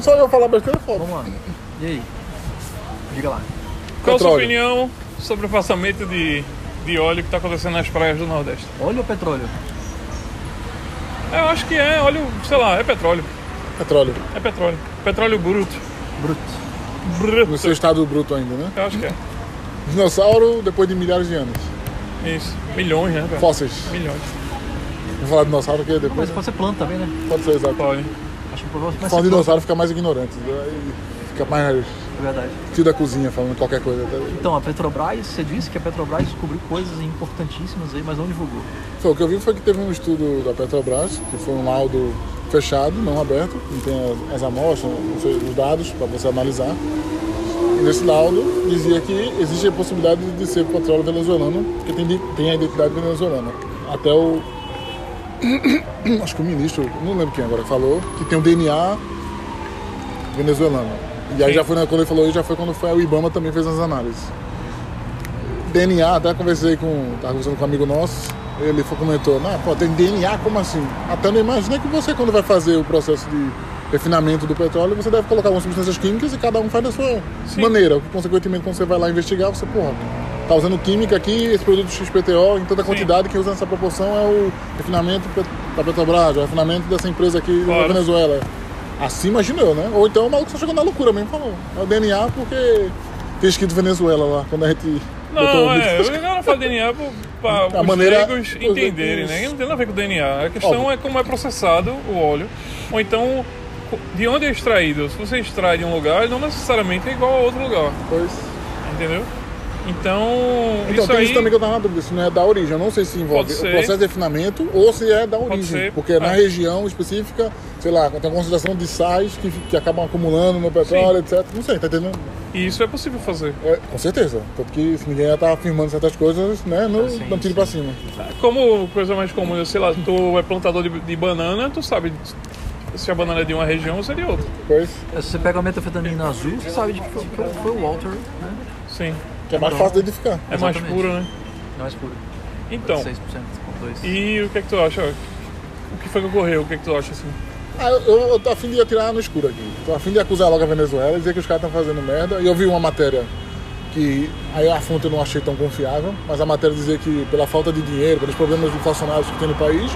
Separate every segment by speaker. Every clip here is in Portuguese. Speaker 1: Só eu falar besteira, é foda.
Speaker 2: Vamos lá. E aí? Diga lá.
Speaker 3: Qual a sua
Speaker 1: Petróleo.
Speaker 3: opinião sobre o passamento de, de óleo que está acontecendo nas praias do Nordeste?
Speaker 2: Óleo ou petróleo?
Speaker 3: Eu acho que é óleo, sei lá, é petróleo.
Speaker 1: Petróleo.
Speaker 3: É petróleo. Petróleo bruto.
Speaker 2: Bruto.
Speaker 3: Bruto.
Speaker 1: No seu estado bruto ainda, né?
Speaker 3: Eu acho que é.
Speaker 1: Dinossauro depois de milhares de anos.
Speaker 3: Isso. Milhões, né? velho?
Speaker 1: Fósseis.
Speaker 3: Milhões.
Speaker 1: Vou falar dinossauro que depois
Speaker 2: Mas pode ser planta também, né?
Speaker 1: pode ser exato.
Speaker 3: Pode.
Speaker 2: Acho que o problema vai
Speaker 1: Falar
Speaker 2: ser planta,
Speaker 1: dinossauro fica mais ignorante. entendeu? Aí Fica mais
Speaker 2: na verdade.
Speaker 1: tio da cozinha falando qualquer coisa. tá?
Speaker 2: Então, a Petrobras, você disse que a Petrobras descobriu coisas importantíssimas aí, mas não divulgou.
Speaker 1: Foi, o que eu vi foi que teve um estudo da Petrobras, que foi um laudo fechado, não aberto, não tem as, as amostras, não sei, os dados para você analisar. E nesse laudo dizia que existe a possibilidade de ser petróleo venezuelano, porque tem, di- tem a identidade venezuelana. Até o. Acho que o ministro, não lembro quem agora, falou que tem o DNA venezuelano. E aí
Speaker 3: Sim.
Speaker 1: já foi na- quando ele falou isso, já foi quando foi o Ibama também fez as análises. DNA, até conversei com. Tava conversando com um amigo nosso, ele foi- comentou, não, pô, tem DNA, como assim? Até não imaginei que você quando vai fazer o processo de refinamento do petróleo, você deve colocar algumas substâncias químicas e cada um faz da sua maneira. Consequentemente, quando você vai lá investigar, você, porra, tá usando química aqui, esse produto XPTO, em tanta quantidade, quem usa nessa proporção é o refinamento pet- da Petrobras, é o refinamento dessa empresa aqui da
Speaker 3: Claro.
Speaker 1: Venezuela. Assim imagino eu, né? Ou então o maluco só chegou na loucura mesmo, falou. É o DNA porque tem escrito Venezuela lá, quando a gente
Speaker 3: Não,
Speaker 1: o
Speaker 3: é,
Speaker 1: vídeo.
Speaker 3: eu não falo DNA para
Speaker 1: A
Speaker 3: os
Speaker 1: maneira-
Speaker 3: leigos entenderem, né? Não tem nada a ver com o DNA. A questão
Speaker 1: Óbvio.
Speaker 3: é como é processado o óleo, ou então co- de onde é extraído. Se você extrai de um lugar, ele não necessariamente é igual a outro lugar,
Speaker 1: Pois.
Speaker 3: entendeu? Então,
Speaker 1: Então,
Speaker 3: isso
Speaker 1: tem
Speaker 3: aí...
Speaker 1: isso também que eu tava na dúvida, se não é da origem. Eu não sei se envolve
Speaker 3: Pode
Speaker 1: o
Speaker 3: ser.
Speaker 1: processo de refinamento ou se é da origem.
Speaker 3: ser.
Speaker 1: Porque na
Speaker 3: Ah.
Speaker 1: região específica, sei lá, tem uma concentração de sais que, que acabam acumulando no petróleo, etc. Não sei, tá entendendo?
Speaker 3: E isso é possível fazer.
Speaker 1: É, com certeza. Tanto que se ninguém ia estar afirmando certas coisas, né? Não,
Speaker 2: sim,
Speaker 1: não tire
Speaker 2: sim.
Speaker 1: pra cima.
Speaker 3: Como coisa mais comum, sei lá, tu é plantador de, de banana, tu sabe se a banana é de uma região ou se é de outra.
Speaker 1: Pois.
Speaker 2: É, Se você pega a metafetamina azul, você sabe de que foi, que foi o Walter, né?
Speaker 3: Sim,
Speaker 1: Que é mais fácil de identificar.
Speaker 3: é mais
Speaker 2: Exatamente.
Speaker 3: puro, né?
Speaker 2: Não é escuro.
Speaker 3: Então,
Speaker 2: 6%, 2%.
Speaker 3: e o que é que tu acha? O que foi que ocorreu? O que é que tu acha, assim?
Speaker 1: Ah, eu, eu, eu tô afim de atirar no escuro aqui. Tô afim de acusar logo a Venezuela, dizer que os caras estão fazendo merda. E eu vi uma matéria que aí a fonte eu não achei tão confiável, mas a matéria dizia que pela falta de dinheiro, pelos problemas inflacionários que tem no país,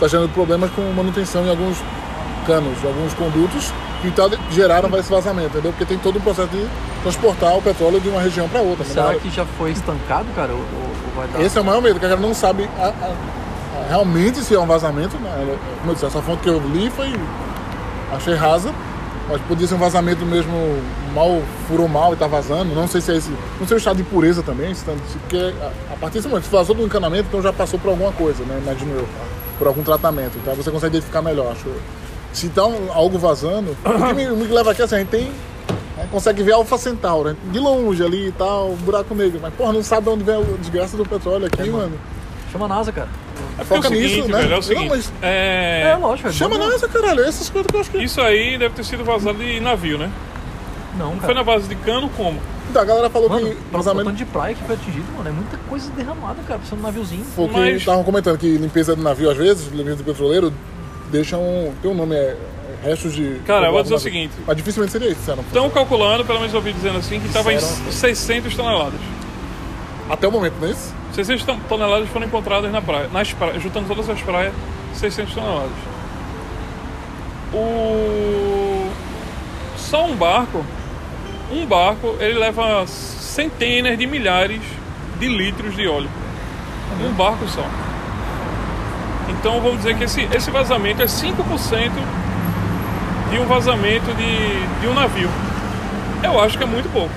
Speaker 1: tá gerando problemas com manutenção em alguns canos, em alguns condutos, que tá, geraram esse vazamento, entendeu? Porque tem todo um processo de transportar o petróleo de uma região para outra. né?
Speaker 2: Será que já foi estancado, cara? Ou, ou- ou vai dar?
Speaker 1: Esse é o maior medo, que a galera não sabe a- a- a- realmente se é um vazamento. Né? Ela- Como eu disse, essa fonte que eu li foi. achei rasa. Mas podia ser um vazamento mesmo, mal, furou mal e tá vazando. Não sei se é esse. Não sei o estado de pureza também, se tá- se- porque a, a partir desse momento, se vazou do encanamento, então já passou por alguma coisa, né? Imagino eu. Por algum tratamento. Então você consegue identificar melhor, acho eu. Se tá um- algo vazando. O que me, me leva aqui é assim, a gente tem Aí consegue ver Alfa Centauro, de longe ali e tal, um buraco negro. Mas, porra, não sabe de onde vem a desgraça do petróleo
Speaker 2: É
Speaker 1: aqui, mano.
Speaker 2: Chama a NASA, cara.
Speaker 1: Foca
Speaker 3: Porque é o
Speaker 1: nisso,
Speaker 3: seguinte,
Speaker 1: né?
Speaker 3: velho, é o
Speaker 1: Não,
Speaker 3: seguinte.
Speaker 1: mas-
Speaker 3: é,
Speaker 2: É, lógico. é
Speaker 1: Chama
Speaker 2: bom.
Speaker 1: não essa, caralho. Essas coisas que eu acho que.
Speaker 3: Isso aí deve ter sido vazado de navio, né?
Speaker 2: Não,
Speaker 3: Foi
Speaker 2: cara.
Speaker 3: na base de cano como?
Speaker 1: Então, a galera falou
Speaker 2: Mano,
Speaker 1: que
Speaker 2: o tanto
Speaker 1: vazamento.
Speaker 2: de praia que foi atingido, mano, é muita coisa derramada, cara, precisando de um naviozinho.
Speaker 1: Porque
Speaker 3: Mas-
Speaker 1: estavam comentando que limpeza do navio, às vezes, limpeza do petroleiro, deixam. Tem um nome, é. Restos de.
Speaker 3: Cara, eu vou dizer o
Speaker 1: Mas-
Speaker 3: seguinte.
Speaker 1: Mas dificilmente seria isso, disseram.
Speaker 3: Estão calculando, pelo menos eu ouvi dizendo assim, que estava em
Speaker 1: Disseram.
Speaker 3: 600 toneladas.
Speaker 1: Até o momento, não é isso?
Speaker 3: 600 ton- toneladas foram encontradas na praia, nas praias, juntando todas as praias, 600 toneladas. O... Só um barco, um barco, ele leva centenas de milhares de litros de óleo. Um barco só. Então vamos dizer que esse, esse vazamento é 5% de um vazamento de, de um navio. Eu acho que é muito pouco.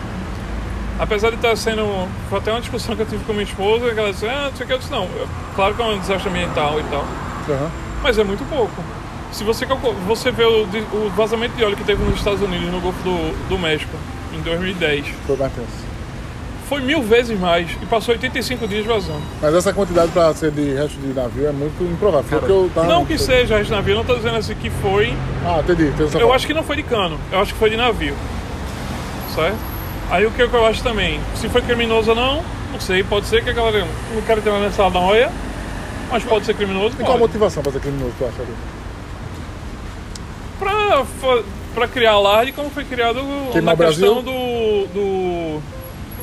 Speaker 3: Apesar de estar sendo. Foi até uma discussão que eu tive com minha esposa, que ela disse, ah, não sei o que, eu disse, não. eu- claro que é um desastre ambiental e tal,
Speaker 1: Aham.
Speaker 3: mas é muito pouco. Se você, calcu- você vê o, de- o vazamento de óleo que teve nos Estados Unidos, no Golfo do, do México, em 2010,
Speaker 1: Foi mais tenso.
Speaker 3: foi mil vezes mais e passou 85 dias vazando.
Speaker 1: Mas essa quantidade pra ser de resto de navio é muito improvável. Foi o que
Speaker 2: Cara,
Speaker 1: eu tava-
Speaker 3: não que seja esse navio, não estou dizendo assim que foi.
Speaker 1: Ah, entendi. entendi essa
Speaker 3: Eu
Speaker 1: parte.
Speaker 3: acho que não foi de cano, eu acho que foi de navio. Certo? Aí o que eu acho também, se foi criminoso ou não, não sei, pode ser que a galera. Não quero ter nessa noia, mas pode ser
Speaker 1: E
Speaker 3: criminoso.
Speaker 1: qual a
Speaker 3: pode.
Speaker 1: motivação pra ser criminoso, tu acha ali?
Speaker 3: pra fa- para criar alarde, como foi criado o-
Speaker 1: Queimar
Speaker 3: na questão
Speaker 1: Brasil?
Speaker 3: do, do-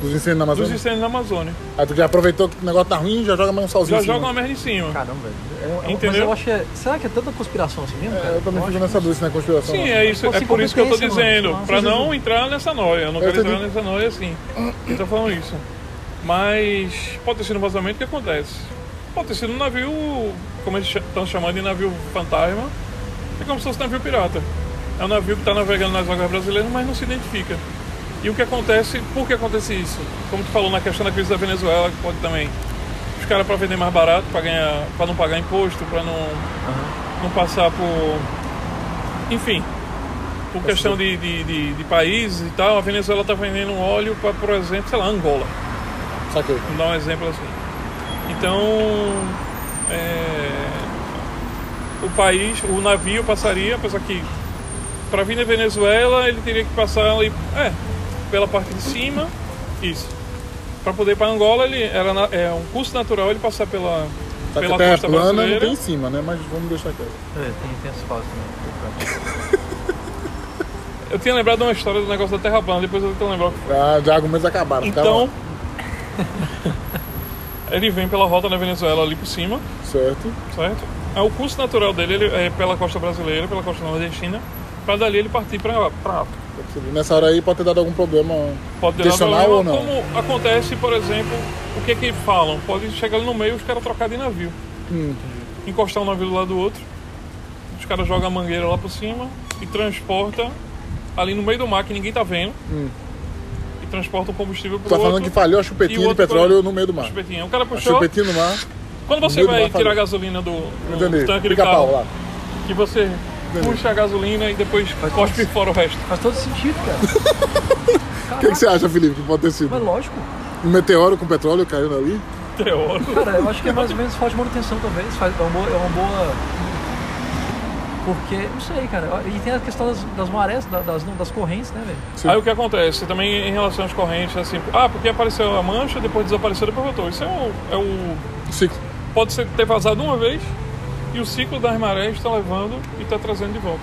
Speaker 1: Dos incêndios na
Speaker 3: dos
Speaker 1: Amazônia.
Speaker 3: incêndios na Amazônia.
Speaker 1: Aí tu já aproveitou que o negócio tá ruim, já joga mais um salzinho.
Speaker 3: Já
Speaker 1: em cima.
Speaker 3: joga uma merda em cima.
Speaker 2: Caramba, velho. É, um- é, um-
Speaker 3: Entendeu?
Speaker 2: Mas eu acho. é- Será que é tanta conspiração assim mesmo, cara?
Speaker 1: É, Eu também
Speaker 2: acho
Speaker 1: fico nessa dúvida, né? Conspiração.
Speaker 3: Sim, é isso.
Speaker 2: Pô,
Speaker 3: É
Speaker 2: sem
Speaker 3: por isso que eu tô
Speaker 2: competência, mano.
Speaker 3: dizendo.
Speaker 2: Não,
Speaker 3: Pra
Speaker 2: sem
Speaker 3: não entrar nessa noia. Eu não quero
Speaker 1: entendi.
Speaker 3: entrar nessa noia assim. Eu tô falando isso. Mas pode ter sido um vazamento o que acontece. Pode ter sido um navio, como eles cha- estão chamando de navio fantasma. É como se fosse um navio pirata. É um navio que está navegando nas águas brasileiras, mas não se identifica. E o que acontece, por que acontece isso? Como tu falou na questão da crise da Venezuela, que pode também. Os caras para vender mais barato, para ganhar, para não pagar imposto, para não não passar por. Enfim, por questão de, de, de, de países e tal, a Venezuela está vendendo óleo para, por exemplo, sei lá, Angola.
Speaker 1: Saquei.
Speaker 3: Vamos dar um exemplo assim. Então, é, o país, o navio passaria, apesar que para vir da Venezuela ele teria que passar ali, é, pela parte de cima, isso. Para poder ir para Angola, ele era na- é um curso natural ele passar pela,
Speaker 1: Tá que
Speaker 3: pela
Speaker 1: a terra é
Speaker 3: costa
Speaker 1: plana, não
Speaker 3: brasileira.
Speaker 1: tem em cima, né? Mas vamos deixar aqui.
Speaker 2: É, tem, tem essa fase também.
Speaker 3: Eu tinha lembrado de uma história do negócio da Terra plana, depois eu tô lembrando.
Speaker 1: Já, já argumentos acabaram. tá
Speaker 3: Então. ele vem pela rota da Venezuela ali por cima,
Speaker 1: Tá bom. certo.
Speaker 3: certo? Aí O curso natural dele ele é pela costa brasileira, pela costa nordestina, pra dali ele partir pra, pra África.
Speaker 1: Nessa hora aí pode ter dado algum problema.
Speaker 3: Pode ter dado
Speaker 1: Intencional
Speaker 3: problema,
Speaker 1: ou não?
Speaker 3: Como acontece, por exemplo, o que é que falam? Pode chegar ali no meio e os caras trocar de navio.
Speaker 1: Hum.
Speaker 3: Encostar um navio do lado do outro, os caras jogam a mangueira lá por cima e transporta ali no meio do mar que ninguém tá vendo.
Speaker 1: Hum.
Speaker 3: E transporta o combustível pro
Speaker 1: Tá
Speaker 3: outro.
Speaker 1: falando que falhou a
Speaker 3: E o
Speaker 1: chupetinha de
Speaker 3: outro
Speaker 1: petróleo
Speaker 3: foi-
Speaker 1: no meio do mar.
Speaker 3: Chupetinha. O cara
Speaker 1: A
Speaker 3: puxou.
Speaker 1: chupetinha no mar.
Speaker 3: Quando você
Speaker 1: No meio do
Speaker 3: vai
Speaker 1: mato
Speaker 3: tirar a
Speaker 1: ali.
Speaker 3: gasolina do, do
Speaker 1: Entendi.
Speaker 3: Um tanque do
Speaker 1: Fica
Speaker 3: carro,
Speaker 1: pau lá.
Speaker 3: que você
Speaker 1: Entendi.
Speaker 3: puxa a gasolina e depois cospe fora o resto.
Speaker 2: Faz todo sentido, cara.
Speaker 1: O que, que você acha, Felipe, que pode ter sido?
Speaker 2: Mas lógico.
Speaker 1: Um meteoro com petróleo caindo ali?
Speaker 3: Teórico.
Speaker 2: Cara, eu acho que é mais ou menos falta de manutenção também. Isso faz, é, uma boa, é uma boa. Porque, não sei, cara. E tem a questão das, das marés, da- das, não, das correntes, né, velho?
Speaker 1: Sim.
Speaker 3: Aí o que acontece? Também em relação às correntes, assim, ah, porque apareceu a mancha, depois desapareceu, depois voltou. Isso é o. É o
Speaker 1: Sim.
Speaker 3: pode ser ter vazado uma vez e o ciclo das marés está levando e está trazendo de volta.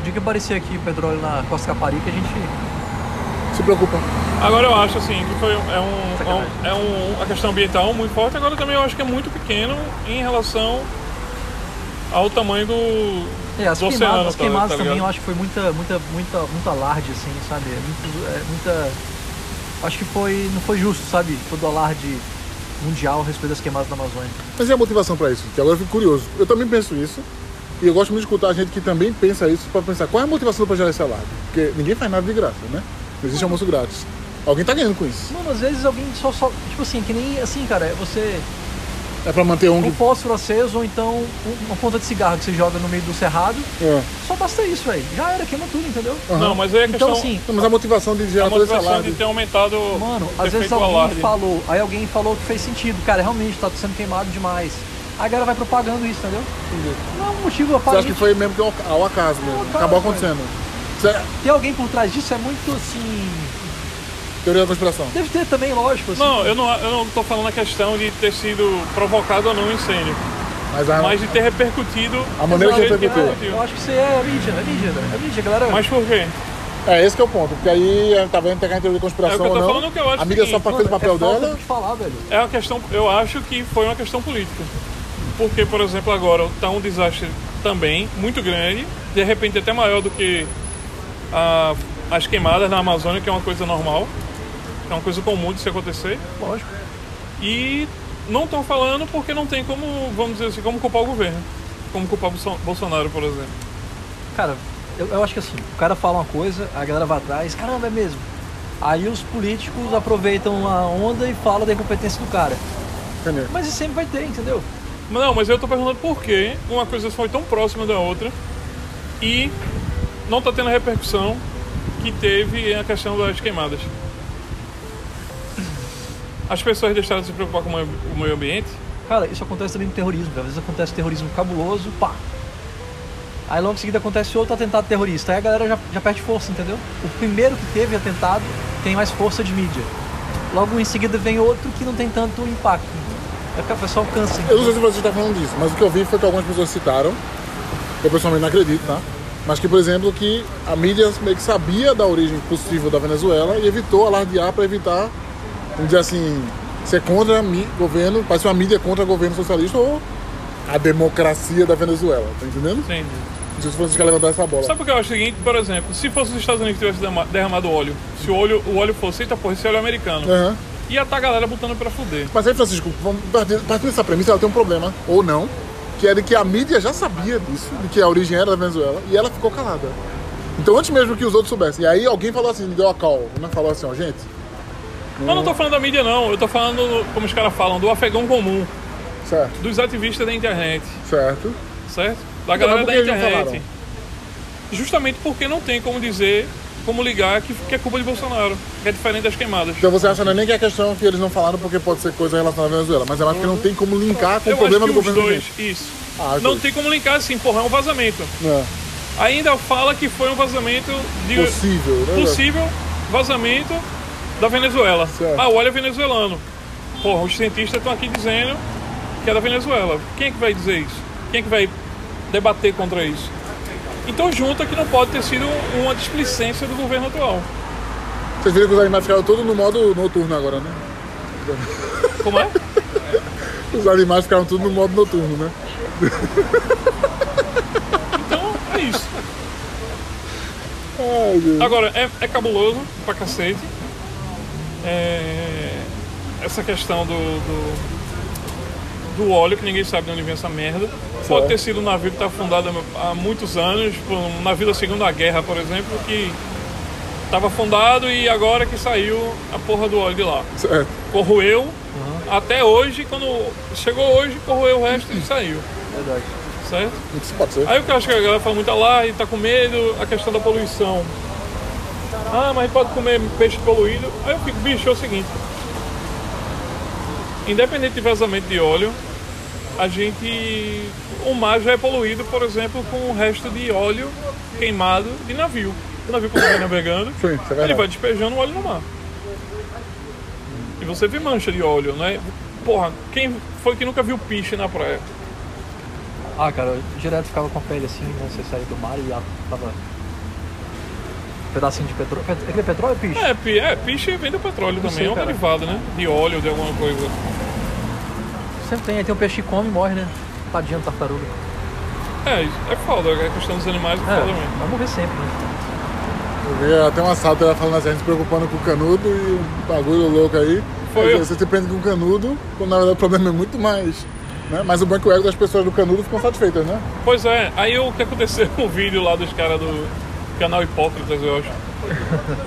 Speaker 2: O dia que aparecer aqui petróleo na Costa Capari, que a gente.
Speaker 1: Se preocupa.
Speaker 3: Agora eu acho assim que foi um- é
Speaker 2: Sacanagem.
Speaker 3: um, é um a questão ambiental muito forte. Agora também eu acho que é muito pequeno em relação ao tamanho do
Speaker 2: É, as
Speaker 3: Do
Speaker 2: queimadas,
Speaker 3: oceano,
Speaker 2: as
Speaker 3: tá-
Speaker 2: queimadas
Speaker 3: tá
Speaker 2: também
Speaker 3: ligado?
Speaker 2: eu acho que foi muita, muita, muita, muita alarde, assim, sabe? É muito- é muita. Acho que foi. não foi justo, sabe? Todo alarde mundial a respeito das queimadas da Amazônia.
Speaker 1: Mas e a motivação para isso? Que agora eu fico curioso. Eu também penso isso. E eu gosto muito de escutar a gente que também pensa isso para pensar qual é a motivação para gerar esse alarde. Porque ninguém faz nada de graça, né? Não existe almoço grátis. Alguém tá ganhando com isso.
Speaker 2: Mano, às vezes alguém só, só. Tipo assim, que nem assim, cara, você.
Speaker 1: É para manter a
Speaker 3: Uhum.
Speaker 2: Um
Speaker 1: ONG.
Speaker 2: fósforo aceso ou então um- uma ponta de cigarro que você joga no meio do cerrado.
Speaker 1: É.
Speaker 2: Só basta isso, velho. Já era, queima tudo, entendeu?
Speaker 3: Não, mas aí Ah. a questão
Speaker 2: Então, assim,
Speaker 1: Não, Mas a motivação de gerar
Speaker 3: a
Speaker 1: todo esse
Speaker 3: motivação de
Speaker 1: alarde.
Speaker 3: ter aumentado
Speaker 2: Mano,
Speaker 3: ter
Speaker 2: às vezes
Speaker 3: feito o
Speaker 2: alguém
Speaker 3: alarde.
Speaker 2: falou, aí alguém falou que fez sentido, cara, realmente tá sendo queimado demais. Aí a galera vai propagando isso, entendeu? Não é um motivo
Speaker 1: Você
Speaker 2: aparente.
Speaker 1: acha que foi mesmo que é ao ao acaso mesmo?
Speaker 2: acaso,
Speaker 1: Acabou
Speaker 2: velho.
Speaker 1: acontecendo. Isso é
Speaker 2: Ter alguém por trás disso é muito assim.
Speaker 1: teoria da conspiração.
Speaker 2: Deve ter também, lógico. Assim,
Speaker 3: Não, eu não, eu não tô falando a questão de ter sido provocado ou não o incêndio,
Speaker 1: Mas
Speaker 2: Ah.
Speaker 1: a,
Speaker 3: mas de ter repercutido
Speaker 1: a maneira
Speaker 3: do
Speaker 1: que
Speaker 3: jeito
Speaker 1: repercutiu.
Speaker 2: É, eu acho que isso aí é mídia, é mídia, velho. é mídia, galera.
Speaker 3: Mas por quê?
Speaker 1: É, esse que é o ponto. Porque aí a gente tá vendo que é a teoria da
Speaker 3: É o
Speaker 1: conspiração
Speaker 3: que eu
Speaker 1: ou
Speaker 3: tô
Speaker 1: não.
Speaker 3: falando, que eu acho
Speaker 1: a mídia
Speaker 3: que-
Speaker 1: só pra fez o
Speaker 2: Mano,
Speaker 1: papel
Speaker 2: é falta
Speaker 1: dela.
Speaker 2: de falar, velho.
Speaker 3: É uma questão, eu acho que foi uma questão política. Porque, por exemplo, agora tá um desastre também muito grande, de repente até maior do que a- as queimadas na Amazônia, que é uma coisa normal, que é uma coisa comum de se acontecer.
Speaker 2: Lógico.
Speaker 3: E não estão falando porque não tem como, vamos dizer assim, como culpar o governo. Como culpar Bolson- Bolsonaro, por exemplo.
Speaker 2: Cara, eu, eu acho que assim, o cara fala uma coisa, a galera vai atrás, caramba, é mesmo. Aí os políticos aproveitam a onda e falam da incompetência do cara.
Speaker 1: Entendeu?
Speaker 2: Mas isso sempre vai ter, entendeu?
Speaker 3: Mas Não, mas eu tô perguntando por que uma coisa foi tão próxima da outra e não tá tendo a repercussão que teve a questão das queimadas. As pessoas deixaram de se preocupar com o meio- o meio ambiente.
Speaker 2: Cara, isso acontece também no terrorismo. velho. Às vezes acontece terrorismo cabuloso, pá. Aí logo em seguida acontece outro atentado terrorista. Aí a galera já, já perde força, entendeu? O primeiro que teve atentado tem mais força de mídia. Logo em seguida vem outro que não tem tanto impacto. É que o pessoal cansa.
Speaker 1: Eu não
Speaker 2: entendeu?
Speaker 1: sei se você está falando disso, mas o que eu vi foi que algumas pessoas citaram. Eu pessoalmente não acredito, tá? Mas que, por exemplo, que a mídia meio que sabia da origem possível da Venezuela e evitou alardear para evitar, vamos dizer assim, ser contra mi- governo, parece uma mídia contra governo socialista ou a democracia da Venezuela, tá entendendo?
Speaker 3: Entendi.
Speaker 1: Não sei se você quer levantar essa bola.
Speaker 3: Sabe por que eu acho o seguinte? Por exemplo, se fosse os Estados Unidos que tivesse derma- derramado óleo, se o óleo, o óleo fosse, eita porra, esse óleo é americano,
Speaker 1: Aham.
Speaker 3: ia tá a galera botando pra fuder.
Speaker 1: Mas aí, Francisco, vamos partir, partindo dessa premissa, ela tem um problema, ou não, que é de que a mídia já sabia disso, de que a origem era da Venezuela, e ela ficou calada. Então, antes mesmo que os outros soubessem. E aí, alguém falou assim, deu a call, né? falou assim, ó, gente,
Speaker 3: Mas não tô falando da mídia, não. Eu tô falando, como os caras falam, do afegão comum,
Speaker 1: certo,
Speaker 3: dos ativistas da internet,
Speaker 1: certo.
Speaker 3: certo? Da
Speaker 1: Então,
Speaker 3: galera
Speaker 1: mas por
Speaker 3: da
Speaker 1: que eles não
Speaker 3: internet.
Speaker 1: falaram?
Speaker 3: Justamente porque não tem como dizer, como ligar que, que é culpa de Bolsonaro, que é diferente das queimadas.
Speaker 1: Então você acha né, nem que é questão que eles não falaram porque pode ser coisa relacionada à Venezuela, mas eu acho que não tem como linkar com
Speaker 3: Eu
Speaker 1: o problema do
Speaker 3: acho que os
Speaker 1: governo.
Speaker 3: dois,
Speaker 1: argentino.
Speaker 3: isso.
Speaker 1: Ah, os
Speaker 3: não
Speaker 1: dois.
Speaker 3: tem como linkar assim, porra, é um vazamento.
Speaker 1: É,
Speaker 3: Ainda fala que foi um vazamento de
Speaker 1: possível, né?
Speaker 3: possível vazamento da Venezuela.
Speaker 1: Certo.
Speaker 3: Ah, o óleo é venezuelano. Porra, os cientistas estão aqui dizendo que é da Venezuela. Quem é que vai dizer isso? Quem é que vai debater contra isso? Então junta que não pode ter sido uma displicência do governo atual.
Speaker 1: Vocês viram que os animais ficaram todos no modo noturno agora, né?
Speaker 3: Como é?
Speaker 1: Os animais ficaram todos no modo noturno, né?
Speaker 3: Então é isso.
Speaker 1: Ai, Deus.
Speaker 3: Agora, é, é cabuloso pra cacete. É, essa questão do, do, do óleo, que ninguém sabe de onde vem essa merda. Pode
Speaker 1: Certo.
Speaker 3: ter sido um navio que tá afundado há muitos anos, por um navio da Segunda Guerra, por exemplo, que estava afundado e agora que saiu a porra do óleo de lá.
Speaker 1: Certo.
Speaker 3: Corroeu até hoje, quando chegou hoje, corroeu o resto e saiu,
Speaker 2: Verdade.
Speaker 3: certo?
Speaker 1: Isso pode ser.
Speaker 3: Aí o que eu acho que a galera fala muito lá e tá com medo, a questão da poluição. Ah, mas pode comer peixe poluído. Aí eu fico, bicho, é o seguinte. Independente de vazamento de óleo, a gente. O mar já é poluído, por exemplo, com o resto de óleo queimado de navio. O navio quando vai navegando,
Speaker 1: Sim, isso é
Speaker 3: ele vai
Speaker 1: verdade.
Speaker 3: despejando óleo no mar. E você vê mancha de óleo, né? Porra, quem foi que nunca viu piche na praia?
Speaker 2: Ah, cara, eu direto ficava com a pele assim, né? Você saía do mar e lá tava. Um pedacinho de petróleo. Pet... Aquele petróleo, bicho?
Speaker 3: É, pi, é, piche vem do petróleo também,
Speaker 2: sei,
Speaker 3: é um
Speaker 2: cara.
Speaker 3: derivado, né? De óleo, de alguma coisa.
Speaker 2: Sempre tem, aí tem um peixe que come e morre, né? Tadinho do tartaruga.
Speaker 3: É, é foda, é questão dos animais é
Speaker 2: É,
Speaker 3: foda mesmo.
Speaker 2: vai morrer sempre, né?
Speaker 1: Eu vi até uma sátira falando assim, a gente se preocupando com o canudo e um bagulho louco aí. Quer
Speaker 3: Foi
Speaker 1: dizer,
Speaker 3: eu.
Speaker 1: Você se prende com o canudo, quando na verdade o problema é muito mais. Né? Mas o banco ego das pessoas do canudo ficam satisfeitas, né?
Speaker 3: Pois é, aí o que aconteceu com o vídeo lá dos caras do canal Hipócritas, eu acho.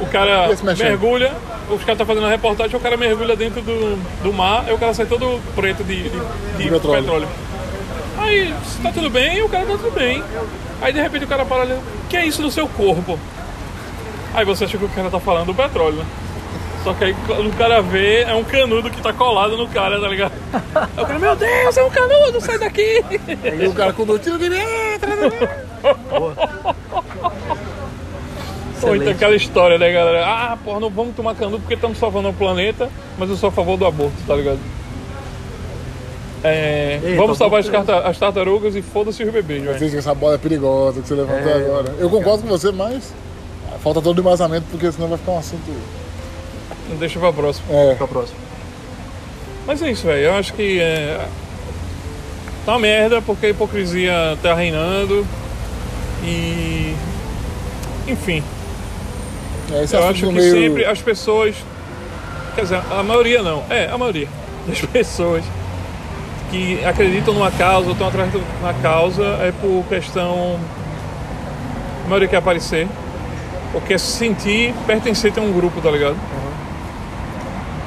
Speaker 3: O cara
Speaker 1: Esse mexendo.
Speaker 3: mergulha, os caras tá fazendo a reportagem, o cara mergulha dentro do, do mar, aí o cara sai todo preto de, de- de
Speaker 1: De petróleo.
Speaker 3: petróleo. Aí tá tudo bem, o cara tá tudo bem. Aí de repente o cara para ali, o que é isso no seu corpo? Aí você acha que o cara tá falando do petróleo, né? Só que aí quando o cara vê, é um canudo que tá colado no cara, tá ligado? Aí o cara, meu Deus, é um canudo, sai daqui!
Speaker 1: E o cara com dor, tira de mim!
Speaker 3: Ou então
Speaker 2: Excelente.
Speaker 3: aquela história, né, galera? Ah, porra, não vamos tomar canudo porque estamos salvando o planeta, mas eu sou a favor do aborto, tá ligado? É,
Speaker 2: Ei,
Speaker 3: vamos
Speaker 2: tá
Speaker 3: salvar
Speaker 2: bom.
Speaker 3: as, tarta- as tartarugas e foda-se os bebês, velho.
Speaker 1: Vocês que essa bola é perigosa que você levantou
Speaker 2: É.
Speaker 1: agora. Eu concordo com você, mas falta todo o embasamento, porque senão vai ficar um assunto.
Speaker 3: Deixa pra próxima.
Speaker 1: É.
Speaker 2: Pra próxima.
Speaker 3: Mas é isso, velho. Eu acho que é... tá uma merda porque a hipocrisia tá reinando e. Enfim.
Speaker 1: é esse
Speaker 3: Eu
Speaker 1: assunto
Speaker 3: acho que
Speaker 1: no meio-
Speaker 3: sempre as pessoas. Quer dizer, a maioria não. É, a maioria das pessoas que acreditam numa causa ou estão atrás de uma causa é por questão. A maioria quer aparecer. Ou quer se sentir pertencer a um grupo, tá ligado?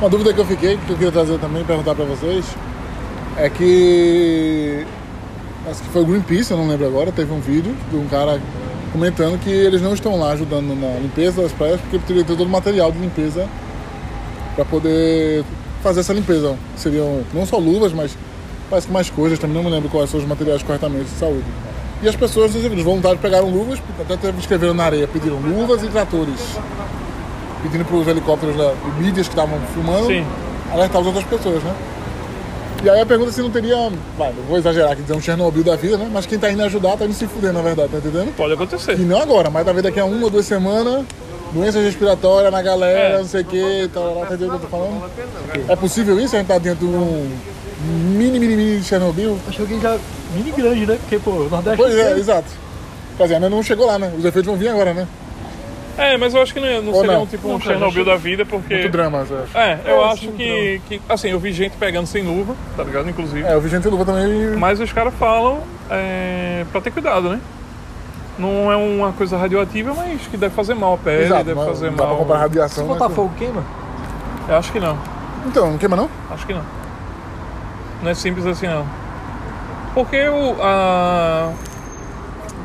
Speaker 1: Uma dúvida que eu fiquei, que eu queria trazer também, perguntar pra vocês, é que. Acho que foi o Greenpeace, eu não lembro agora, teve um vídeo de um cara comentando que eles não estão lá ajudando na limpeza das praias porque teria todo o material de limpeza pra poder fazer essa limpeza. Seriam não só luvas, mas parece que mais coisas também, não me lembro quais são os materiais corretamente de saúde. E as pessoas, os voluntários pegaram luvas, até teve- escreveram na areia, pediram luvas e tratores pedindo para os helicópteros da, de mídias que estavam filmando
Speaker 3: Sim.
Speaker 1: alertar as outras pessoas, né? E aí a pergunta é se não teria. Vai, não vou exagerar aqui, dizer um Chernobyl da vida, né? Mas quem tá indo ajudar tá indo se fuder, na verdade, tá entendendo?
Speaker 3: Pode acontecer.
Speaker 1: E não agora, mas talvez daqui a uma ou duas semanas, doenças respiratórias na galera,
Speaker 3: É.
Speaker 1: não sei o que, tal, tal, tal, tá, entendeu o que eu tô falando? É possível isso? A gente tá dentro de um mini, mini, mini Chernobyl?
Speaker 2: Acho que alguém já mini grande, né? Porque, pô, o Nordeste.
Speaker 1: Pois é,
Speaker 2: inteiro-
Speaker 1: exato. Quer dizer, ainda não chegou lá, né? Os efeitos vão vir agora, né?
Speaker 3: É, mas eu acho que não, não
Speaker 1: Ou
Speaker 3: seria
Speaker 1: não?
Speaker 3: um tipo
Speaker 2: Não,
Speaker 3: um
Speaker 2: cara,
Speaker 3: Chernobyl
Speaker 2: acho-
Speaker 3: da vida, porque.
Speaker 1: Muito drama, eu acho.
Speaker 3: É, eu
Speaker 2: É,
Speaker 3: acho
Speaker 2: sim,
Speaker 3: que, que. Assim, eu vi gente pegando sem luva, tá ligado? Inclusive.
Speaker 1: É, eu vi gente luva também.
Speaker 3: Mas os caras falam é, pra ter cuidado, né? Não é uma coisa radioativa, mas que deve fazer mal à pele,
Speaker 1: Exato,
Speaker 3: deve
Speaker 1: mas
Speaker 3: fazer
Speaker 1: não dá pra
Speaker 3: mal.
Speaker 1: comprar
Speaker 2: Se
Speaker 1: radiação.
Speaker 2: botar
Speaker 1: né?
Speaker 2: fogo, queima.
Speaker 3: Eu acho que não,
Speaker 1: Então, não queima não?
Speaker 3: acho que não. Não é simples assim não. Porque o. A...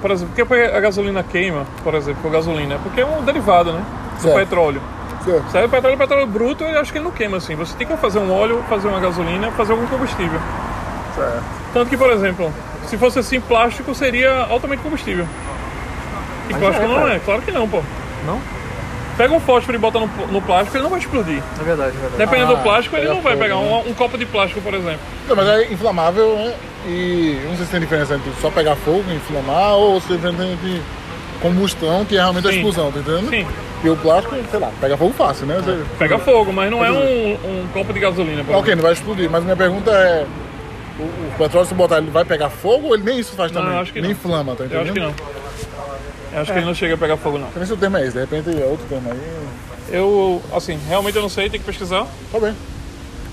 Speaker 3: Por exemplo, porque a gasolina queima, por exemplo, a gasolina, porque é um derivado, né? Do
Speaker 1: Certo.
Speaker 3: petróleo.
Speaker 1: Certo.
Speaker 3: Sabe, o petróleo, o petróleo bruto, eu acho que ele não queima assim. Você tem que fazer um óleo, fazer uma gasolina, fazer algum combustível. é.
Speaker 1: certo.
Speaker 3: Tanto que, por exemplo, se fosse assim, plástico seria altamente combustível. E
Speaker 2: Mas
Speaker 3: plástico
Speaker 2: é,
Speaker 3: não
Speaker 2: cara.
Speaker 3: é, claro que não, pô.
Speaker 2: Não?
Speaker 3: Pega um fósforo e bota no, no plástico, ele não vai explodir.
Speaker 2: É verdade, é verdade.
Speaker 3: Dependendo
Speaker 1: Ah,
Speaker 3: do plástico, ele
Speaker 1: pega
Speaker 3: não vai
Speaker 1: fogo,
Speaker 3: pegar
Speaker 1: né?
Speaker 3: um, um copo de plástico, por exemplo.
Speaker 1: Então, mas é inflamável, né? E eu não sei se tem diferença entre só pegar fogo e inflamar ou se tem diferença entre combustão, que é realmente a
Speaker 3: Sim.
Speaker 1: explosão, tá entendendo?
Speaker 3: Sim.
Speaker 1: E o plástico, sei lá, pega fogo fácil, né? Você-
Speaker 3: Pega fogo, mas não é um, um copo de gasolina, por
Speaker 1: Ok, não vai explodir, mas minha pergunta é. O, o petróleo, se botar, ele vai pegar fogo ou ele nem isso faz
Speaker 3: Não,
Speaker 1: também?
Speaker 3: eu acho que
Speaker 1: nem
Speaker 3: não.
Speaker 1: inflama, tá
Speaker 3: exemplo. Eu
Speaker 1: entendendo?
Speaker 3: acho que não. Eu acho que ele não chega a pegar fogo, não.
Speaker 1: Também se o tema é esse, de repente é outro tema aí.
Speaker 3: Eu, assim, realmente eu não sei, tem que pesquisar.
Speaker 1: Tá bem.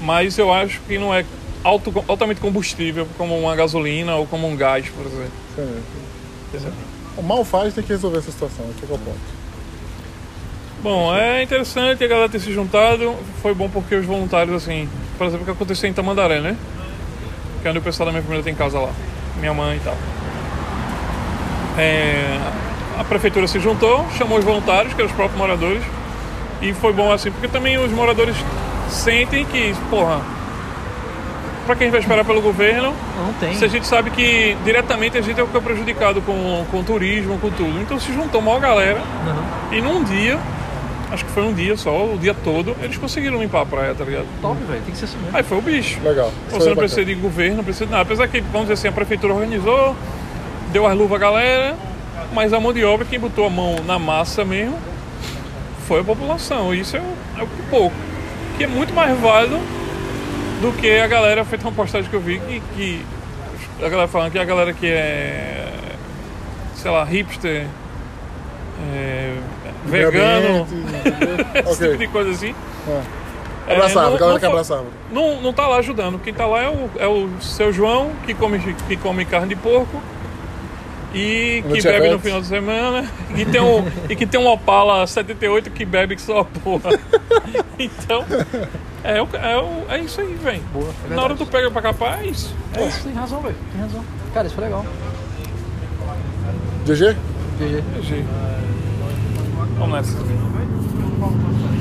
Speaker 3: Mas eu acho que não é alto, altamente combustível, como uma gasolina ou como um gás, por exemplo.
Speaker 1: Entendi.
Speaker 3: Entendeu?
Speaker 1: O mal faz tem que resolver essa situação, esse é que é o ponto.
Speaker 3: Bom, é interessante a galera ter se juntado. Foi bom porque os voluntários, assim, por exemplo, o que aconteceu em Tamandaré, né? Que é onde o pessoal da minha família tem casa lá, minha mãe e tal. É, a prefeitura se juntou, chamou os voluntários, que eram os próprios moradores, e foi bom assim, porque também os moradores sentem que, porra, pra quem vai esperar pelo governo,
Speaker 2: Não tem.
Speaker 3: se a gente sabe que diretamente a gente é o que é prejudicado com, com o turismo, com tudo. Então se juntou uma galera.
Speaker 2: Aham.
Speaker 3: E num dia, acho que foi um dia só, o dia todo, eles conseguiram limpar a praia, tá ligado?
Speaker 2: Top, velho. Tem que ser assim mesmo.
Speaker 3: Aí foi o bicho.
Speaker 1: Legal. é
Speaker 3: Você não precisa de governo, não precisa de nada. Apesar que, vamos dizer assim, a prefeitura organizou, deu as luvas à galera, mas a mão de obra, quem botou a mão na massa mesmo, foi a população. Isso é, o- é o que pouco. Que é muito mais válido do que a galera, feita uma postagem que eu vi, que, que a galera falando que a galera que é, sei lá, hipster, é, vegano, esse tipo de
Speaker 1: ok.
Speaker 3: coisa assim. É,
Speaker 1: Abraçava,
Speaker 3: não-
Speaker 1: galera
Speaker 3: não
Speaker 1: que
Speaker 3: fa-
Speaker 1: abraçava.
Speaker 3: não, não tá lá ajudando. Quem tá lá é o, é o seu João, que come, que come carne de porco. E
Speaker 1: No
Speaker 3: que
Speaker 1: Tchevette.
Speaker 3: bebe no final de semana. E, tem um, e que tem um Opala 78 que bebe que só a porra. Então, é, o, é, o, é isso aí, velho. Na hora tu pega pra capar, é isso.
Speaker 2: É isso, tem razão, velho. Tem razão. Cara, isso foi legal.
Speaker 1: GG?
Speaker 2: GG.
Speaker 3: É GG. Vamos nessa.